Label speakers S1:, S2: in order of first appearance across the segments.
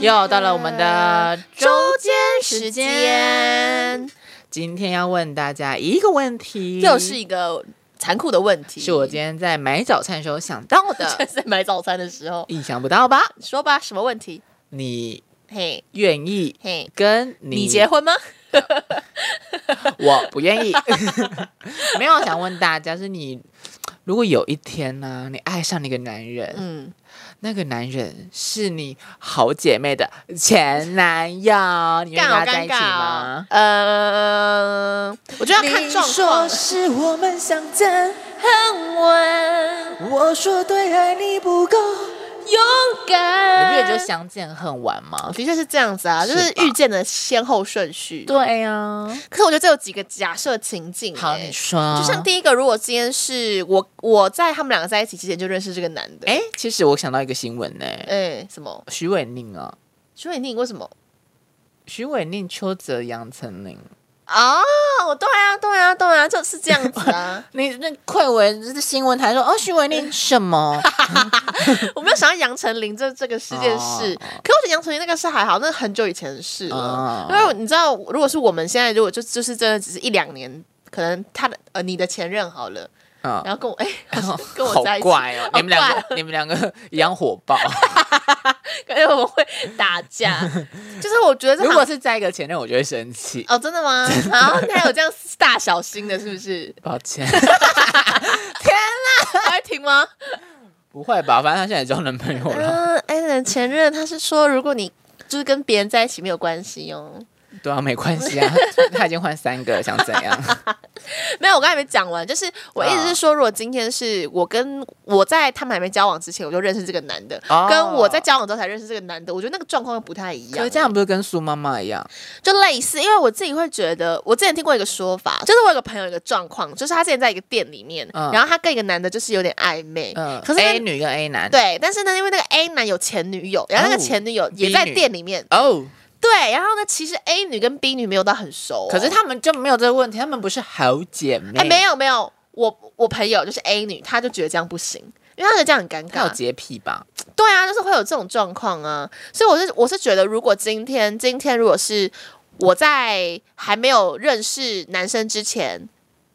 S1: 又到了我们的嗯周间时
S2: 时
S1: 间，
S2: 间
S1: 今天要问大家一个问题，
S2: 又是一个残酷的问题。
S1: 是我今天在买早餐的时候想到
S2: 就
S1: 的，
S2: 是在买早餐的时候
S1: 意想不到吧？
S2: 说吧，什么问题？
S1: 你
S2: 嘿
S1: 愿意
S2: 嘿，
S1: 跟你
S2: 你结婚吗？
S1: 我不愿意。 没有想问大家，是你如果有一天呢、你爱上了一个男人，
S2: 嗯，
S1: 那个男人是你好姐妹的前男友，你愿意
S2: 干好
S1: 跟他在
S2: 尴
S1: 一起
S2: 尬
S1: 吗
S2: 哦。？呃，我觉得要看状况。
S3: 是我们相见很晚，我说对爱你不够勇
S1: 你
S3: 敢
S2: 呃
S1: 不觉得就相见恨晚吗？
S2: 的确是这样子啊，就是
S1: 是吧
S2: 遇见的先后顺序。
S1: 对呀、
S2: 可是我觉得这有几个假设情境、
S1: 好，
S2: 欸
S1: 你说，
S2: 就像第一个，如果今天是我我在他们两个在一起之前就认识这个男的，
S1: 哎、其实我想到一个新闻呢、
S2: 哎、什么？
S1: 徐伟宁啊，
S2: 徐伟宁为什么？
S1: 徐伟宁、邱泽、杨丞琳，。
S2: 哦，对啊，对啊，对啊，就是这样子啊
S1: 你那快文这新闻台说哦，徐伟宁什么？
S2: 我没有想到杨丞琳这这个事件事，
S1: 哦
S2: 可我觉得杨丞琳那个是还好，那很久以前的事了。
S1: 哦
S2: 因为你知道，如果是我们现在，如果就就是真的只是一两年，可能他的呃你的前任好了，
S1: 嗯，
S2: 然后跟我哎、
S1: 好
S2: 跟我在一起，
S1: 怪 哦，
S2: 好
S1: 你们两
S2: 怪
S1: 个你们两个一样火 爆。
S2: 感觉我们会打架。 就是我觉得这
S1: 如
S2: 好
S1: 果是在一个前任，我就会生气。？
S2: 哦，真的吗？然后他有这样大小心的，是不是
S1: 抱歉，
S2: 他会听吗？
S1: 不会吧？反正他现在也交男朋友了。
S2: 嗯，艾伦前任他是说，如果你就是跟别人在一起没有关系哦。
S1: 对啊，没 关系啊，他已经换三个了，想怎样？
S2: 没有，我刚才没讲完，就是我一直是说，如果今天是我跟我在他们还没交往之前，我就认识这个男的，
S1: 哦
S2: 跟我在交往之后才认识这个男的，我觉得那个状况又不太一样。
S1: 可是这样不是跟苏妈妈一样？
S2: 就类似，因为我自己会觉得，我之前听过一个说法，就是我有个朋友有一个状况，就是他之前在一个店里面，
S1: 嗯
S2: 然后他跟一个男的就是有点暧昧，
S1: 嗯，
S2: 可是那
S1: A 女跟 A 男，
S2: 对，但是呢，因为那个 A 男有前女友，然后那个
S1: 哦
S2: 前女友也
S1: B
S2: 在
S1: 女
S2: 店里面，
S1: 哦，
S2: 对，然后呢，其实 A 女跟 B 女没有到很熟哦、
S1: 可是嗯他们就没有这个问题，他们不是好姐妹？
S2: 哎、没有没有，我我朋友就是 A 女，她就觉得这样不行，因为她觉得这样很尴
S1: 他有
S2: 尬。
S1: 洁癖吧？
S2: 对啊，就是会有这种状况啊，所以我是我是觉得，如果今天今天如果是我在还没有认识男生之前。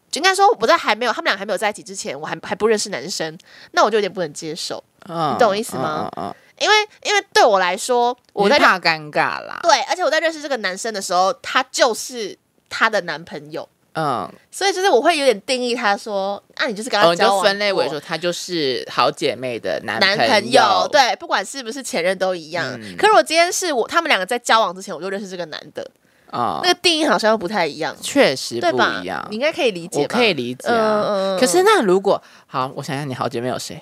S2: 就应该说，我在还没有他们俩还没有在一起之前，我还还不认识男生，那我就有点不能接受，
S1: 嗯
S2: 你懂我意思吗？
S1: 嗯嗯嗯
S2: 因为因为对我来说，我
S1: 我在
S2: 在
S1: 怕尴尬 啦。
S2: 对，而且我在认识这个男生的时候，他就是她的男朋友，
S1: 嗯，
S2: 所以就是我会有点定义他说，啊，你就是跟
S1: 哦，
S2: 他
S1: 你
S2: 交往、
S1: 就分类为说，，她就是好姐妹的男
S2: 男
S1: 朋
S2: 朋友，，对，不管是不是前任都一样。
S1: 嗯
S2: 可是我今天是我他们两个在交往之前，我就认识这个男的，
S1: 啊
S2: 那，个定义好像又不太一样，
S1: 确实
S2: 对
S1: 不
S2: 吧？
S1: 一样
S2: 你。应该可以理解吧，
S1: 我可以理解
S2: 嗯嗯
S1: 啊
S2: 嗯，
S1: 可是那如果好，我想想，你好姐妹有谁？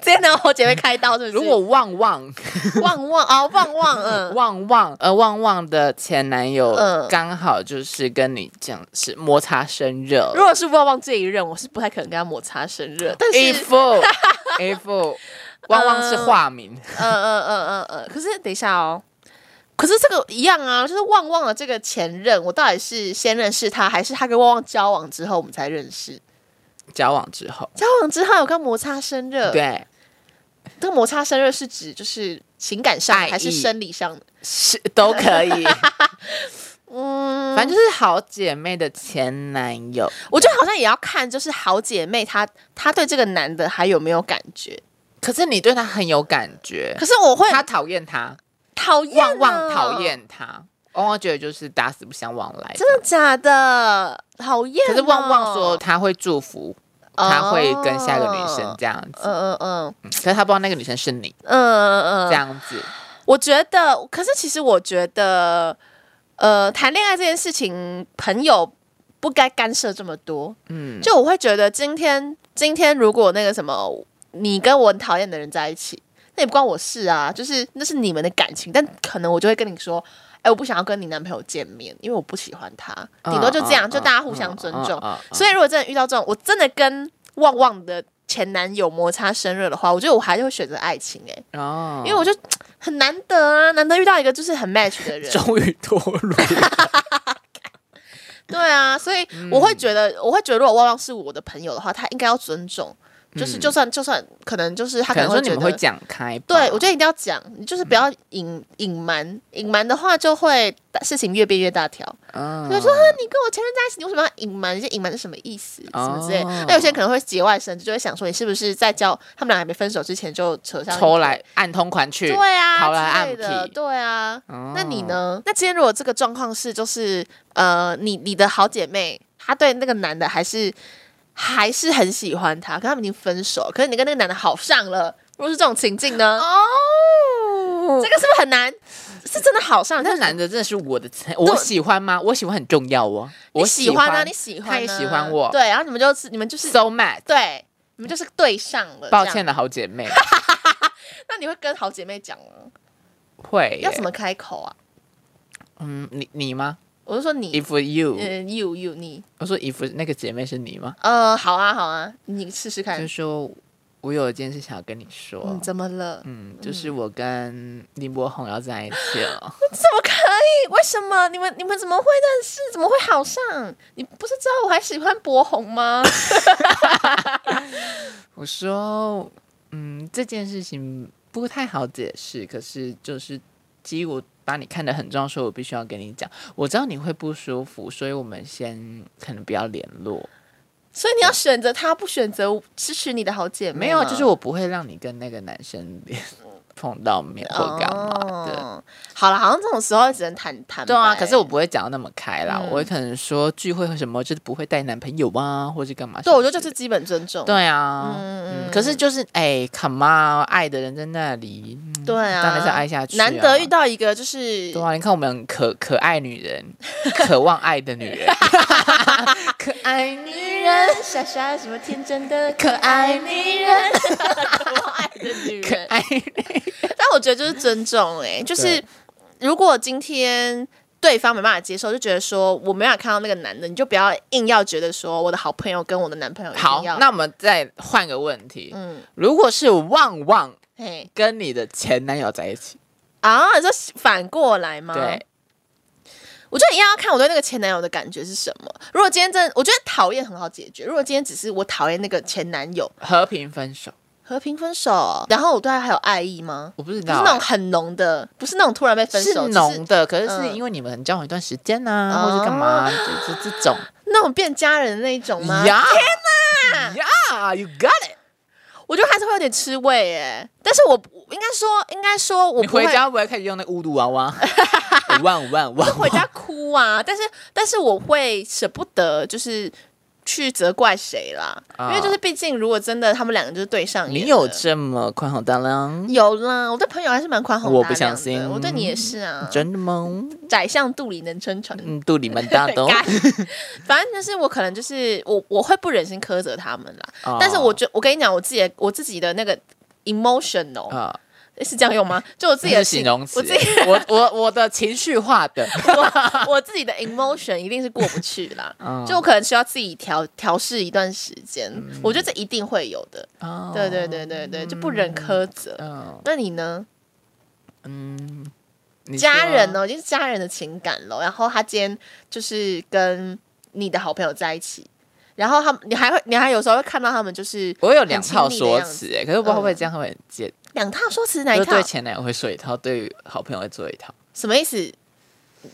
S2: 今天呢，我姐妹开刀是不是？
S1: 如果旺旺
S2: 嗯旺旺啊，旺旺， 嗯，
S1: 旺旺呃旺旺的前男友
S2: 嗯
S1: 刚好就是跟你这样是摩擦生热，
S2: 如果是旺旺这一任，我是不太可能跟他摩擦生热，但是，
S1: if if 旺旺是化名，
S2: 嗯嗯嗯嗯嗯，可是等一下哦。可是这个一样啊，就是旺旺的这个前任，我到底是先认识他，还是他跟旺旺交往之后我们才认识？
S1: 交往之后，
S2: 交往之后有跟摩擦生热，，
S1: 对，
S2: 这个摩擦生热是指就是情感上的
S1: 爱意
S2: 还是生理上的？
S1: 是都可以，
S2: 嗯，
S1: 反正就是好姐妹的前男友。
S2: 我觉得好像也要看，就是好姐妹她她对这个男的还有没有感觉。
S1: 可是你对他很有感觉，
S2: 可是我会
S1: 他讨厌他，
S2: 讨厌、啊
S1: 旺旺讨，厌他，旺旺觉得就是打死不相往来。
S2: 真的哦假的？讨厌、
S1: 可是旺旺说，他会祝福，他会跟下一个女生这样子，
S2: 嗯嗯嗯
S1: 嗯可是他不知道那个女生是你
S2: 嗯嗯嗯，
S1: 这样子。
S2: 我觉得，可是其实我觉得，呃，谈恋爱这件事情，朋友不该干涉这么多。
S1: 嗯，
S2: 就我会觉得，今天今天如果那个什么，你跟我很讨厌的人在一起，那也不关我事啊，就是那是你们的感情，但可能我就会跟你说。哎、我不想要跟你男朋友见面，因为我不喜欢他。顶多就这样，
S1: 嗯
S2: 就大家互相尊重。
S1: 嗯嗯嗯嗯
S2: 所以如果真的遇到这种，我真的跟旺旺的前男友摩擦生热的话，我觉得我还是会选择爱情、哎，
S1: 哦
S2: 因为我就很
S1: 哦
S2: 难得啊，难得遇到一个就是很 match 的人。
S1: 终于脱乳，
S2: 对啊，所以我
S1: 嗯
S2: 会觉得，我会觉得，如果旺旺是我的朋友的话，他应该要尊重，就是就算就算可能就是他
S1: 嗯可能
S2: 能会
S1: 说你
S2: 觉
S1: 们会
S2: 得，
S1: 讲开吧，嗯
S2: 对我觉得一定要讲，你就是不要隐隐瞒，隐瞒的话就会大事情越变越大条。
S1: 嗯，
S2: 就说啊你跟我前任在一起，你为什么要隐瞒？你这隐瞒是什么意思？什么之类
S1: 哦
S2: 的。那有些人可能会节外生枝，就会想说你是不是在交他们俩还没分手之前就扯上
S1: 抽来暗通款曲，
S2: 对啊，
S1: 跑来
S2: 之
S1: 暗
S2: 类的，
S1: 屁
S2: 对啊。
S1: 哦
S2: 那你？呢？那今天如果这个状况是，就是呃，你你的好姐妹，她对那个男的还是还是很喜欢他，可他们已经分手，可是你跟那个男的好上了，如果是这种情境呢？
S1: 哦
S2: 这，个是不是很难？是真的好上了，
S1: 那
S2: 但是
S1: 男的真的是我的菜，我喜欢吗？我喜欢很重要哦，
S2: 你
S1: 我
S2: 喜欢啊，你喜欢、啊，
S1: 他也喜欢我
S2: 对，然后你们就是你们就是
S1: so mad，
S2: 对，你们就是对上了。
S1: 抱歉
S2: 了，
S1: 了，好姐 妹，
S2: 那你会跟好姐妹讲吗？
S1: 会耶
S2: 要怎？么开口啊？
S1: 嗯，你你吗
S2: 我就说你，
S1: ？If you，
S2: 嗯，you you 你，
S1: 我说 if 那个姐妹是你吗？
S2: 呃，好啊好啊，你试试看
S1: 就。说我有一件事想要跟你说
S2: 嗯，，怎么了？
S1: 嗯，就是我跟林柏宏要在一 起了。
S2: 怎么可以？为什么？你们你们怎么会认识？怎么会好上？你不是知道我还喜欢博红 吗？
S1: 我说，嗯，这件事情不太好解释，可是就是基于我把你看得很重要，所以我必须要跟你讲。我知道你会不舒服，所以我们先可能不要联络。
S2: 所以你要选择他，不选择支持你的好姐妹吗。
S1: 没有，就是我不会让你跟那个男生碰到面或干嘛的。
S2: 哦好了，好像这种时候只能坦坦白。
S1: 对啊，可是我不会讲到那么开啦，
S2: 嗯
S1: 我可能说聚会和什么，就是不会带男朋友啊，或是干嘛什
S2: 对，
S1: 么
S2: 我
S1: 之类的。
S2: 觉得这是基本尊重。
S1: 对啊，
S2: 嗯
S1: 嗯
S2: 嗯
S1: 可是就是哎，come on，爱的人在那里，嗯
S2: 对啊，
S1: 当然是爱下去啊
S2: 难得遇到一个就是
S1: 对啊，你看我们可可爱女人， 渴望爱的女 人，可爱女
S3: 女人傻傻什么天真的可爱女人，
S2: 的女
S1: 可
S2: 人，
S1: 爱，
S2: 但我觉得就是尊重哎、就是
S1: 对
S2: 如果今天。对方没办法接受，就觉得说我没办法看到那个男的，你就不要硬要觉得说我的好朋友跟我的男朋友一
S1: 好
S2: 定要，
S1: 那我们再换个问题，
S2: 嗯，
S1: 如果是旺旺
S2: 嘿
S1: 跟你的前男友在一起，
S2: 啊，你说反过来吗？
S1: 对，，
S2: 我觉得一样要看我对那个前男友的感觉是什么。如果今天真，我觉得讨厌很好解决。如果今天只是我讨厌那个前男友，
S1: 和平分手，
S2: 和平分手，然后我对他还有爱意吗？
S1: 我不知
S2: 不是
S1: 道
S2: 那种
S1: 哎。
S2: 很浓的，不是那种突然被分手，
S1: 是
S2: 只
S1: 浓的，可是是
S2: 嗯
S1: 因为你们交往一段时间呐、
S2: 哦
S1: 或者干嘛，这这这种
S2: 那种变家人的那一种吗？
S1: 呀，天哪呀，You got it！
S2: 我觉得还是会有点吃味哎。但是我我应该说，应该说我
S1: 你
S2: 不会
S1: 回家会不会开始用那个巫毒 娃娃？万万万！
S2: 回家哭啊， 但是但是我会舍不得，就是去责怪谁啦，
S1: 啊
S2: 因为就是毕竟如果真的他们两个就是对上眼了，
S1: 你有这么宽厚大量？
S2: 有啦，我对朋友还是蛮宽宏
S1: 我
S2: 大
S1: 不
S2: 量
S1: 相
S2: 的
S1: 信嗯
S2: 我对你也是啊，
S1: 真的吗？
S2: 宰相肚里能撑船。
S1: 嗯，肚里蛮大的、哦。
S2: 干反正就是我可能就是我我会不忍心苛责他们啦，
S1: 啊
S2: 但是我觉我跟你讲，我自己的我自己的那个 emotional、
S1: 啊，
S2: 是这样用吗？就我自己
S1: 那
S2: 的
S1: 是
S2: 情
S1: 形容词
S2: 我自己，
S1: 我我我的情绪化的，
S2: 我我自己的 emotion 一定是过不去啦，
S1: 嗯
S2: 就我可能需要自己调调试一段时间，我觉得这一定会有的，
S1: 哦
S2: 对对，对对对，就不忍苛责。
S1: 嗯
S2: 那你呢？
S1: 嗯，你说
S2: 家人哦呢、已经是家人的情感了。然后他今天就是跟你的好朋友在一起，然后他们，你还会，你还有时候会看到他们就是
S1: 我有两套说
S2: 很亲
S1: 辞，哎，可是我不知道会不会这样会很贱，
S2: 两套说嗯辞，哪
S1: 就
S2: 一
S1: 是
S2: 套？
S1: 对前男友会说一套，对好朋友会做一套。
S2: 什么意思？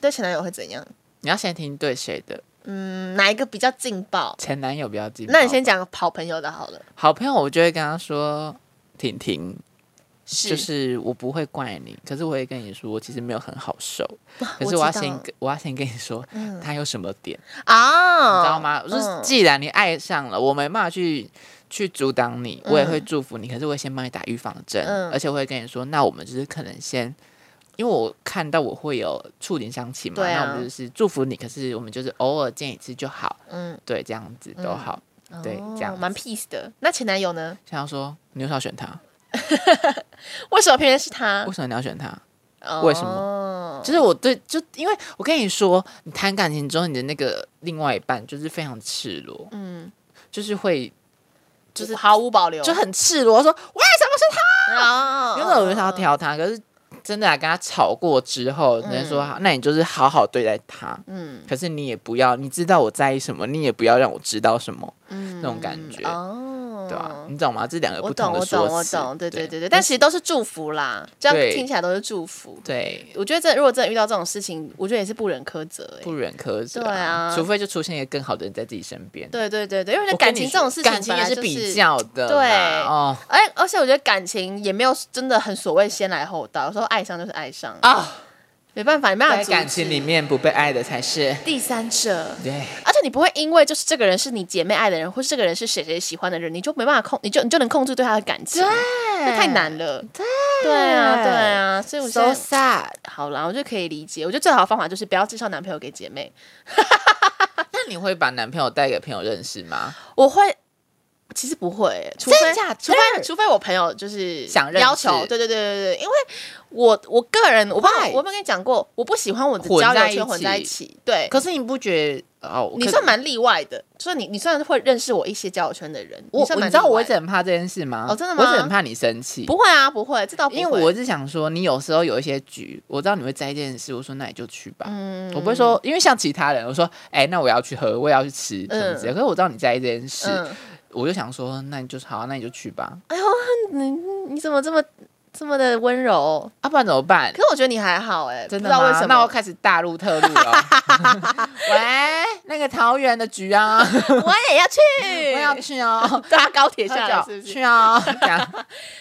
S2: 对前男友会怎样？
S1: 你要先听对谁的
S2: 嗯，哪一个比较劲爆？
S1: 前男友比较记。
S2: 那你先讲好朋友的好了，
S1: 好朋友，我就会跟他说：“婷婷，
S2: 是
S1: 就是我不会怪你，可是我也跟你说，我其实没有很好受。可是
S2: 我
S1: 我要
S2: 知道嗯
S1: 先跟我要先跟你说，他有什么点，
S2: 啊，
S1: 你知道吗？我说，
S2: 嗯
S1: 既然你爱上了，我没办法去去阻挡你，我也会祝福你，可是我会先帮你打预防针，
S2: 嗯
S1: 而且我会跟你说，那我们就是可能先。”因为我看到我会有触景伤情嘛，
S2: 对啊
S1: 那我们就是祝福你，可是我们就是偶尔见一次就好，
S2: 嗯，
S1: 对，这样子都好。对
S2: 哦
S1: 这样子
S2: 蛮 peace 的。那前男友呢？
S1: 想要说你为啥选他？
S2: 为什么偏偏是他
S1: 为？什么你要选他？
S2: 哦
S1: 为什就是我对，就因为我跟你说，你谈感情之后，你的那个另外一半就是非常赤裸，
S2: 嗯，
S1: 就是会
S2: 就是毫无保留，
S1: 就很赤裸地说，为什么
S2: 啊
S1: 是
S2: 嗯
S1: 他？因为我就想要，挑他，可是真的、啊、跟他吵过之后，人家说、那你就是好好对待他，
S2: 嗯
S1: 可是你也不要，你知道我在意什么，你也不要让我知道什么，
S2: 嗯
S1: 那种感觉
S2: 哦，
S1: 对吧？你懂吗？这两个
S2: 我
S1: 不
S2: 懂，
S1: 同的
S2: 我
S1: 说
S2: 懂，
S1: 辞，
S2: 我懂，对对对对，但
S1: 但
S2: 其实都是祝福啦，这样
S1: 对
S2: 听起来都是祝福。
S1: 对
S2: 我觉得这如果真的遇到这种事情，我觉得也是不忍苛责、欸。
S1: 不忍苛责、
S2: 对啊
S1: 除非就出现一个更好的人在自己身边。
S2: 对对对对，因为
S1: 我
S2: 感
S1: 跟你说，
S2: 情这种事情
S1: 感情
S2: 本
S1: 也
S2: 来
S1: 是
S2: 就
S1: 比较的
S2: 对
S1: 啦，哦
S2: 哎，而且我觉得感情也没有真的很所谓先来后到，有时候爱上就是爱上，
S1: 啊，
S2: 没办法，你没办法
S1: 在
S2: 阻止
S1: 感情里面不被爱的才是
S2: 第三者。
S1: 对。
S2: 而且你不会因为就是这个人是你姐妹爱的人，或是这个人是谁谁喜欢的人，你就没办法控，你就你就能控制对他的感情，这太难了。对，啊，对啊，所以我说
S3: So sad。
S2: 好啦，我就可以理解。我觉得最好的方法就是不要介绍男朋友给姐妹。
S1: 那你会把男朋友带给朋友认识吗？
S2: 我会，其实不会欸，除非
S3: 真的假的
S2: 除非除非我朋友就是
S1: 想认识
S2: 要求，对对对对对，因为我我个人，我不知道
S1: Why？
S2: 我有没有跟你讲过，我不喜欢我的
S1: 混
S2: 交
S1: 在
S2: 友
S1: 一
S2: 圈混在一起，对。
S1: 可是你不觉得哦？
S2: 你
S1: 可
S2: 算蛮例外的，就是你，你算会认识我一些交友圈的人。
S1: 我，
S2: 你算
S1: 你
S2: 蛮
S1: 知道
S2: 例
S1: 我
S2: 外
S1: 一直很怕这件事吗？
S2: 哦真的吗
S1: 我一直很怕你生气，
S2: 不会啊，不会，这倒不会。
S1: 因为我是想说，你有时候有一些局，我知道你会在意这件事，我说那你就去吧。
S2: 嗯
S1: 我不会说，因为像其他人，我说哎、那我要去喝，我也要去吃什么之类的。可是我知道你在意这件事，
S2: 嗯，
S1: 我就想说，那你就好啊，那你就去吧。
S2: 哎呦，你你怎么这么这么的温柔？
S1: 啊，不然怎么办
S2: 可？是我觉得你还好哎、
S1: 真
S2: 不
S1: 的
S2: 知道
S1: 吗？
S2: 为什么。
S1: 那我开始大陆特陆了。 喂，那个桃园的局啊，
S2: 我也要去，
S1: 我要 去哦，
S2: 搭高铁下来
S1: 下脚
S2: 是不是
S1: 去？ 哦，这样，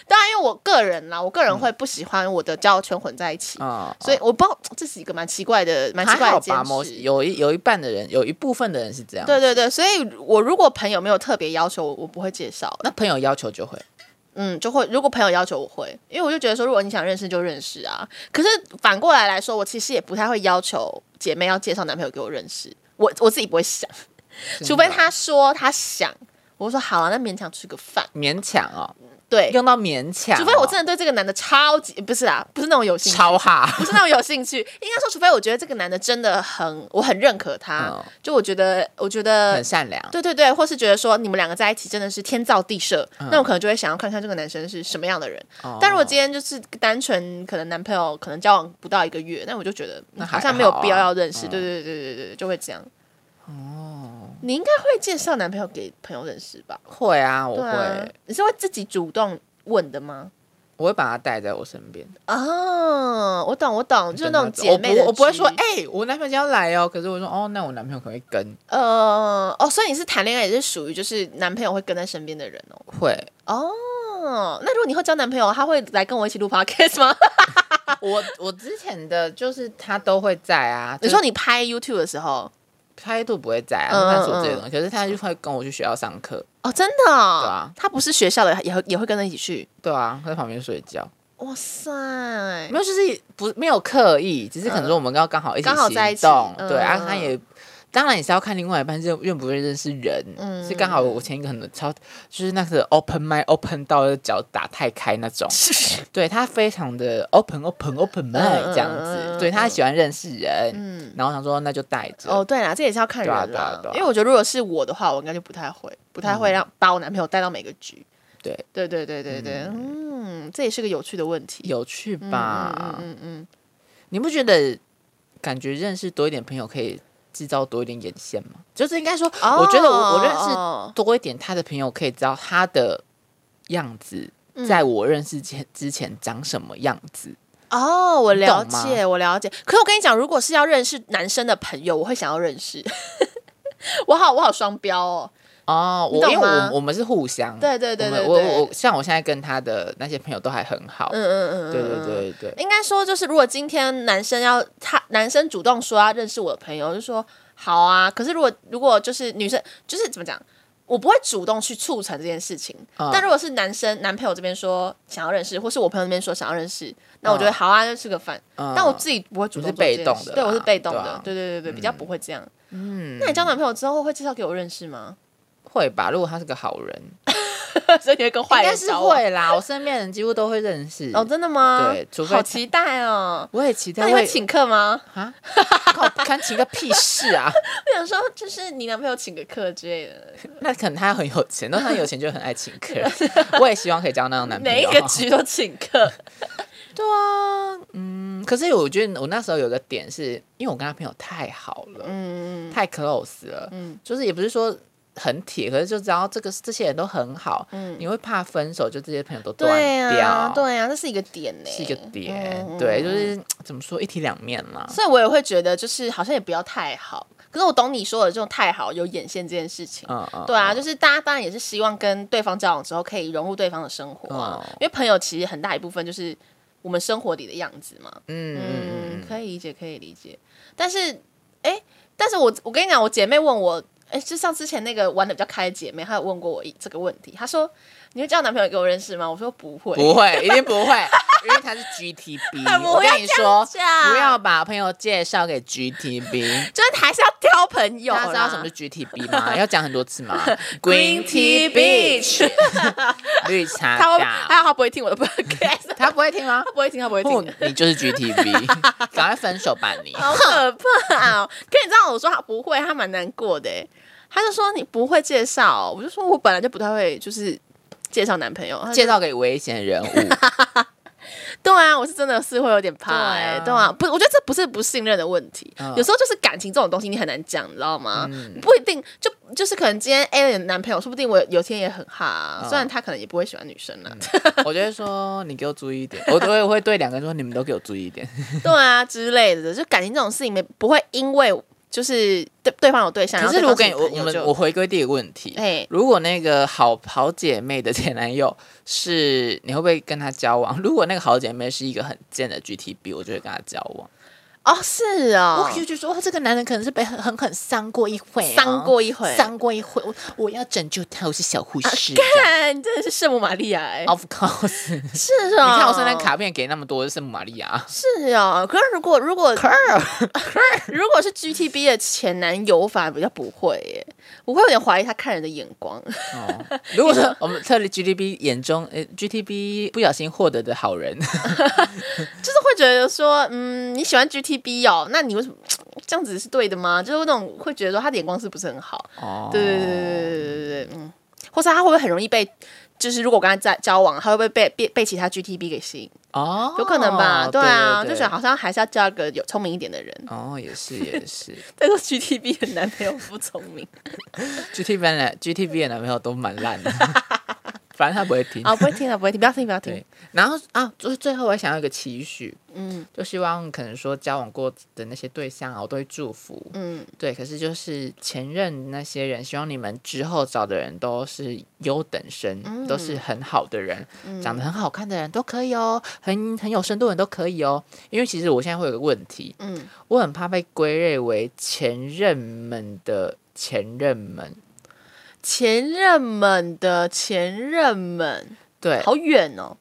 S2: 当然，因为我个人啦，我个人会不喜欢我的交友圈混在一起，
S1: 嗯，
S2: 所以我不知道这是一个蛮奇怪的、蛮奇
S1: 还
S2: 怪
S1: 好
S2: 的
S1: 吧，
S2: 坚
S1: 某
S2: 持。
S1: 有一有一半的人，有一部分的人是这样。
S2: 对，对对，所以我如果朋友没有特别要求我，我不会介绍。
S1: 那朋友要求就会。
S2: 嗯，就会如果朋友要求我会，因为我就觉得说，如果你想认识就认识啊。可是反过来来说，我其实也不太会要求姐妹要介绍男朋友给我认识，我我自己不会想，除非她说她想，我就说好啊，那勉强吃个饭。
S1: 勉强哦，
S2: 对，
S1: 用到勉强哦、
S2: 除非我真的对这个男的超级不是啊，不是那种有兴趣，
S1: 超哈，
S2: 不是那种有兴趣，应该说，除非我觉得这个男的真的很，我很认可他，
S1: 嗯
S2: 就我觉得，我觉得
S1: 很。善良。
S2: 对对对，或是觉得说你们两个在一起真的是天造地设，
S1: 嗯
S2: 那我可能就会想要看看这个男生是什么样的人。
S1: 哦
S2: 但如果今天就是单纯可能男朋友可能交往不到一个月，那我就觉得、嗯
S1: 那
S2: 好
S1: 还
S2: 像没有
S1: 好啊嗯
S2: 必要要认识。对对对对对，就会这样。哦，你应该会介绍男朋友给朋友认识吧？
S1: 会啊，我
S2: 对
S1: 会，
S2: 啊，你是会自己主动问的吗？
S1: 我会把他带在我身边，
S2: 哦，我懂，我懂，就是那种
S1: 跟他
S2: 姐
S1: 走
S2: 妹
S1: 我
S2: 的
S1: 不我不会说，
S2: 局
S1: 哎、我男朋友要来哦，可是我说，哦，那我男朋友可能会跟，
S2: 呃，哦，所以你是谈恋爱也是属于就是男朋友会跟在身边的人哦。
S1: 会，
S2: 哦，那如果你会交男朋友，他会来跟我一起录 podcast 吗？
S1: 我我之前的就是他都会在啊，
S2: 你
S1: 就是
S2: 说你拍 YouTube 的时候，
S1: 他一度不会在啊，
S2: 嗯
S1: 他说这些东西，可是他就会跟我去学校上课，
S2: 哦，真的、哦，
S1: 对啊
S2: 他不是学校的，也会也会跟着一起去。
S1: 对啊，他在旁边睡觉，
S2: 哇塞，
S1: 没有，就是不没有刻意，只是可能说我们刚刚好一起
S2: 嗯刚好在一
S1: 行
S2: 起
S1: 动，
S2: 嗯
S1: 对啊，
S2: 嗯
S1: 他也。当然也是要看另外一半认认不认识人，
S2: 嗯
S1: 是刚好我前一个很超就是那个 open mind open 到脚打太开那种，对他非常的 open open open mind 这样子，
S2: 嗯嗯嗯嗯
S1: 对他喜欢认识人，然后想说那就带着，
S2: 哦，对啦，这也是要看人啦，
S1: 对啊对啊对啊嗯
S2: 因为我觉得如果是我的话，我应该就不太会，不太会让、把我男朋友带到每个局。
S1: 对，
S2: 对对对对对，嗯，这也是个有趣的问题。
S1: 有啊趣吧？
S2: 嗯嗯嗯嗯，
S1: 你不觉得感觉认识多一点朋友可以制造多一点眼线吗？就是应该说，
S2: 哦
S1: 我觉得我我认识
S2: 哦
S1: 多一点他的朋友，可以知道他的样子，在我认识前之前长什么样子。
S2: 哦，我了
S1: 懂吗
S2: 解，我了解。可是我跟你讲，如果是要认识男生的朋友，我会想要认识。 我好，我好双标哦。
S1: 哦，
S2: 你
S1: 我
S2: 懂
S1: 因为
S2: 吗
S1: 我我们是互相，
S2: 对对对
S1: 我们
S2: 对
S1: 我
S2: 对
S1: 我我像我现在跟他的那些朋友都还很好，
S2: 嗯嗯嗯嗯，
S1: 对对
S2: 嗯。
S1: 对对，
S2: 应该说，就是如果今天男生要他男生主动说要认识我的朋友，我就说好啊。可是如果如果就是女生，就是怎么讲，我不会主动去促成这件事情。
S1: 嗯
S2: 但如果是男生男朋友这边说想要认识，或是我朋友那边说想要认识，那我觉得好啊，就吃个饭。
S1: 嗯
S2: 但我自己不会主动做这件事
S1: 你是被动的啦
S2: 对我是被动
S1: 对
S2: 的
S1: 啊，
S2: 对对对对，比较不会这样。
S1: 嗯
S2: 那你交男朋友之后会介绍给我认识 吗？
S1: 会吧？如果他是个好人，
S2: 所以你会跟
S1: 应
S2: 坏
S1: 该
S2: 人
S1: 是
S2: 交往？
S1: 会啦。我身边的人几乎都会认识。
S2: 哦，真的吗？
S1: 对除非
S2: 好
S1: 他
S2: 期待哦。
S1: 我也期待
S2: 那你会请客吗？
S1: 啊？靠，看请个屁事 啊！
S2: 我想说，就是你男朋友请个客之类的。
S1: 那可能他很有钱， 但他有钱就很爱请客。我也希望可以交那种男朋
S2: 每一
S1: 友。
S2: 个局都请客。
S1: 对啊，嗯，可是我觉得我那时候有个点是，因为我跟他朋友太好了，
S2: 嗯嗯
S1: 太 close 了，
S2: 嗯
S1: 就是也不是说很铁，可是就知道这个这些人都很好，
S2: 嗯
S1: 你会怕分手，就这些朋友都断
S2: 对
S1: 掉，
S2: 啊，对啊，那是一个点呢、
S1: 是一个点，
S2: 嗯
S1: 对，就是怎么说一体两面啦。
S2: 所以我也会觉得，就是好像也不要太好。可是我懂你说的这种太好有眼线这件事情。
S1: 嗯嗯，
S2: 对啊，就是大家当然也是希望跟对方交往之后可以融入对方的生活啊，
S1: 哦
S2: 因为朋友其实很大一部分就是我们生活里的样子嘛。
S1: 嗯嗯
S2: 嗯，
S1: 嗯，
S2: 可以理解，可以理解。但是，哎、但是我我跟你讲，我姐妹问我，哎、就像之前那个玩的比较开的姐妹，她有问过我一这个问题，她说：“你会叫男朋友给我认识吗？”我说：“不会。”
S1: 不会，一定不会， 因为他是 GTB。
S2: 不
S1: 我
S2: 要
S1: 跟你说，
S2: 这样讲
S1: 不要把朋友介绍给 GTB。
S2: 就是还是要挑朋友啦。
S1: 大家知道什么是 GTB 吗？ 要讲很多次吗
S2: Green Tea Beach
S1: 绿茶
S2: 他会，
S1: 婊。
S2: 他他不会听我的 podcast，
S1: 他不会听吗
S2: 他？不会听，他不会
S1: 不
S2: 听，，
S1: 你就是 GTB，赶快分手吧你！
S2: 好可怕哦！可你知道我说他不会，他蛮难过的耶。他就说你不会介绍哦、我就说我本来就不太会，就是介绍男朋友。他就
S1: 介绍给危险 人物，
S2: 对啊，我是真的是会有点怕哎、
S1: 对
S2: 对
S1: 啊
S2: 啊，不，我觉得这不是不信任的问题，
S1: 嗯
S2: 有时候就是感情这种东西你很难讲，你知道吗？不一定，就就是可能今天 A 的男朋友，说不定我有天也很哈、
S1: 嗯
S2: 虽然他可能也不会喜欢女生呢、啊，
S1: 我就会说你给我注意一点，我都会会对两个人说你们都给我注意一点。
S2: 对啊之类的，就感情这种事情没不会因为就是对对方有对象，
S1: 可是如果跟你
S2: 然后
S1: 我我
S2: 对方是
S1: 们
S2: 你朋友就
S1: 我回归第一个问题，
S2: 哎
S1: 如果那个好好姐妹的前男友是你会不会跟他交往？如果那个好姐妹是一个很贱的 GTB，我就会跟他交往。
S2: 哦是哦
S1: 我，就觉得说，哇这个男人可能是被狠狠狠伤过一回、哦，
S2: 伤过一回啊
S1: 伤过一回。我我要拯救他，我是小护士。
S2: 看你真的是圣母玛利亚哎、
S1: Of course，你哦
S2: 是哦，
S1: 看我圣诞卡片给那么多圣母玛利亚，
S2: 是哦，可是如果如果
S1: 啊
S2: 如果是 GTB 的前男友，我反而比较不会耶，我会有点怀疑他看人的眼光。
S1: 哦，如果说我们特立 GTB 眼中，呃，GTB 不小心获得的好人，
S2: 就是会觉得说，嗯，你喜欢 GTB 哦，那你为什么这样子是对的吗？就是那种会觉得说他的眼光是不是很好？
S1: 哦，
S2: 对对对对对对对，嗯，或是他会不会很容易被，就是如果我跟他在交往，他会不会被被被其他 GTB 给吸引？
S1: 哦，
S2: 有可能吧，
S1: 对
S2: 啊，
S1: 对
S2: 就
S1: 对
S2: 觉得好像还是要交一个有聪明一点的人。
S1: 哦，也是也 是
S2: 但是 GTB 的男朋友不聪 明
S1: ，GTB 的 GTB 的男朋友都蛮烂 的，反正他不会听。
S2: 啊、不会听了，不会听，不要听，不要听
S1: 对。，然后啊，就是最后我想要一个期许，
S2: 嗯
S1: 就希望可能说交往过的那些对象啊，我都会祝福。
S2: 嗯，
S1: 对，可是就是前任那些人，希望你们之后找的人都是优等生，都
S2: 嗯
S1: 是很好的人，长得很好看的人都可以哦，很很有深度的人都可以哦。因为其实我现在会有个问题，
S2: 嗯，
S1: 我很怕被归类为前任们的前任们。
S2: 前任们的前任们，
S1: 对，
S2: 好远哦。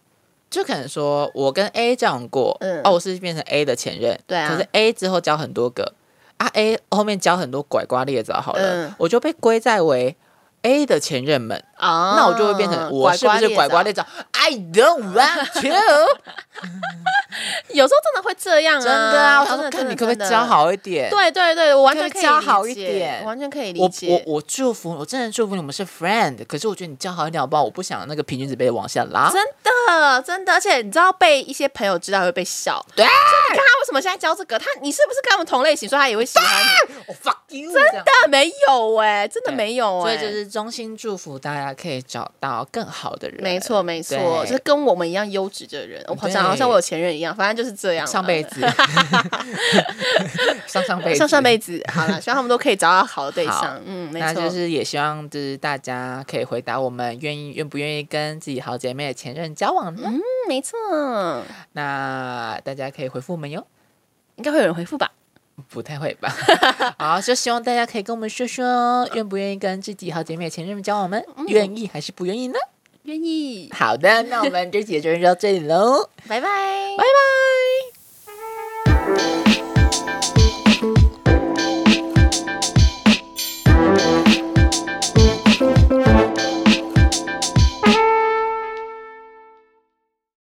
S1: 就可能说我跟 A 交往过，
S2: 嗯
S1: 哦，我是变成 A 的前任，
S2: 对啊
S1: 可是 A 之后交很多个，啊 A 后面交很多拐瓜裂枣好了，
S2: 嗯
S1: 我就被归在为 A 的前任们，
S2: 啊
S1: 那我就会变成我是不是拐瓜裂枣？I don't want to，
S2: 有时候真的会这样啊，
S1: 真的啊，我想说
S2: 真的
S1: 看你可不可以
S2: 真的
S1: 教好一点。
S2: 对对对，我完全
S1: 可
S2: 可
S1: 以
S2: 以
S1: 教好
S2: 理
S1: 一
S2: 解
S1: 点
S2: 我完全可以理
S1: 我我
S2: 解。
S1: 我祝福，我真的祝福你们是 friend，可是我觉得你教好一点好不好？我不想那个平均值被往下拉。
S2: 真的真的，而且你知道被一些朋友知道会被笑。
S1: 对，
S2: 看他为什么现在教这个？他你是不是跟他们同类型，所以他也会喜欢你？
S1: 我 fuck you，真的
S2: 但没有哎、真的
S1: 对
S2: 没有
S1: 所
S2: 哎、
S1: 以就是衷心祝福大家可以找到更好的人。
S2: 没错，没错，
S1: 对
S2: 就是跟我们一样优质的人，我好像
S1: 对
S2: 好像我有前任一样，反正就是这样啦。啊
S1: 上辈 子，上上辈子，
S2: 上上辈子，好 了，希望他们都可以找到好的对
S1: 好
S2: 象。嗯，没
S1: 那
S2: 错，
S1: 就是也希望就是大家可以回答我们愿意愿不愿意跟自己好姐妹的前任交往呢？
S2: 嗯，没错，
S1: 那大家可以回复我们哟，
S2: 应该会有人回复吧？
S1: 不太会吧？好，就希望大家可以跟我们说说愿不愿意跟自己好姐妹的前任交往吗？愿意还是不愿意呢？
S2: 愿意，
S1: 好的，那我们这期的节目就到这里喽，
S2: 拜拜，拜
S1: 拜拜。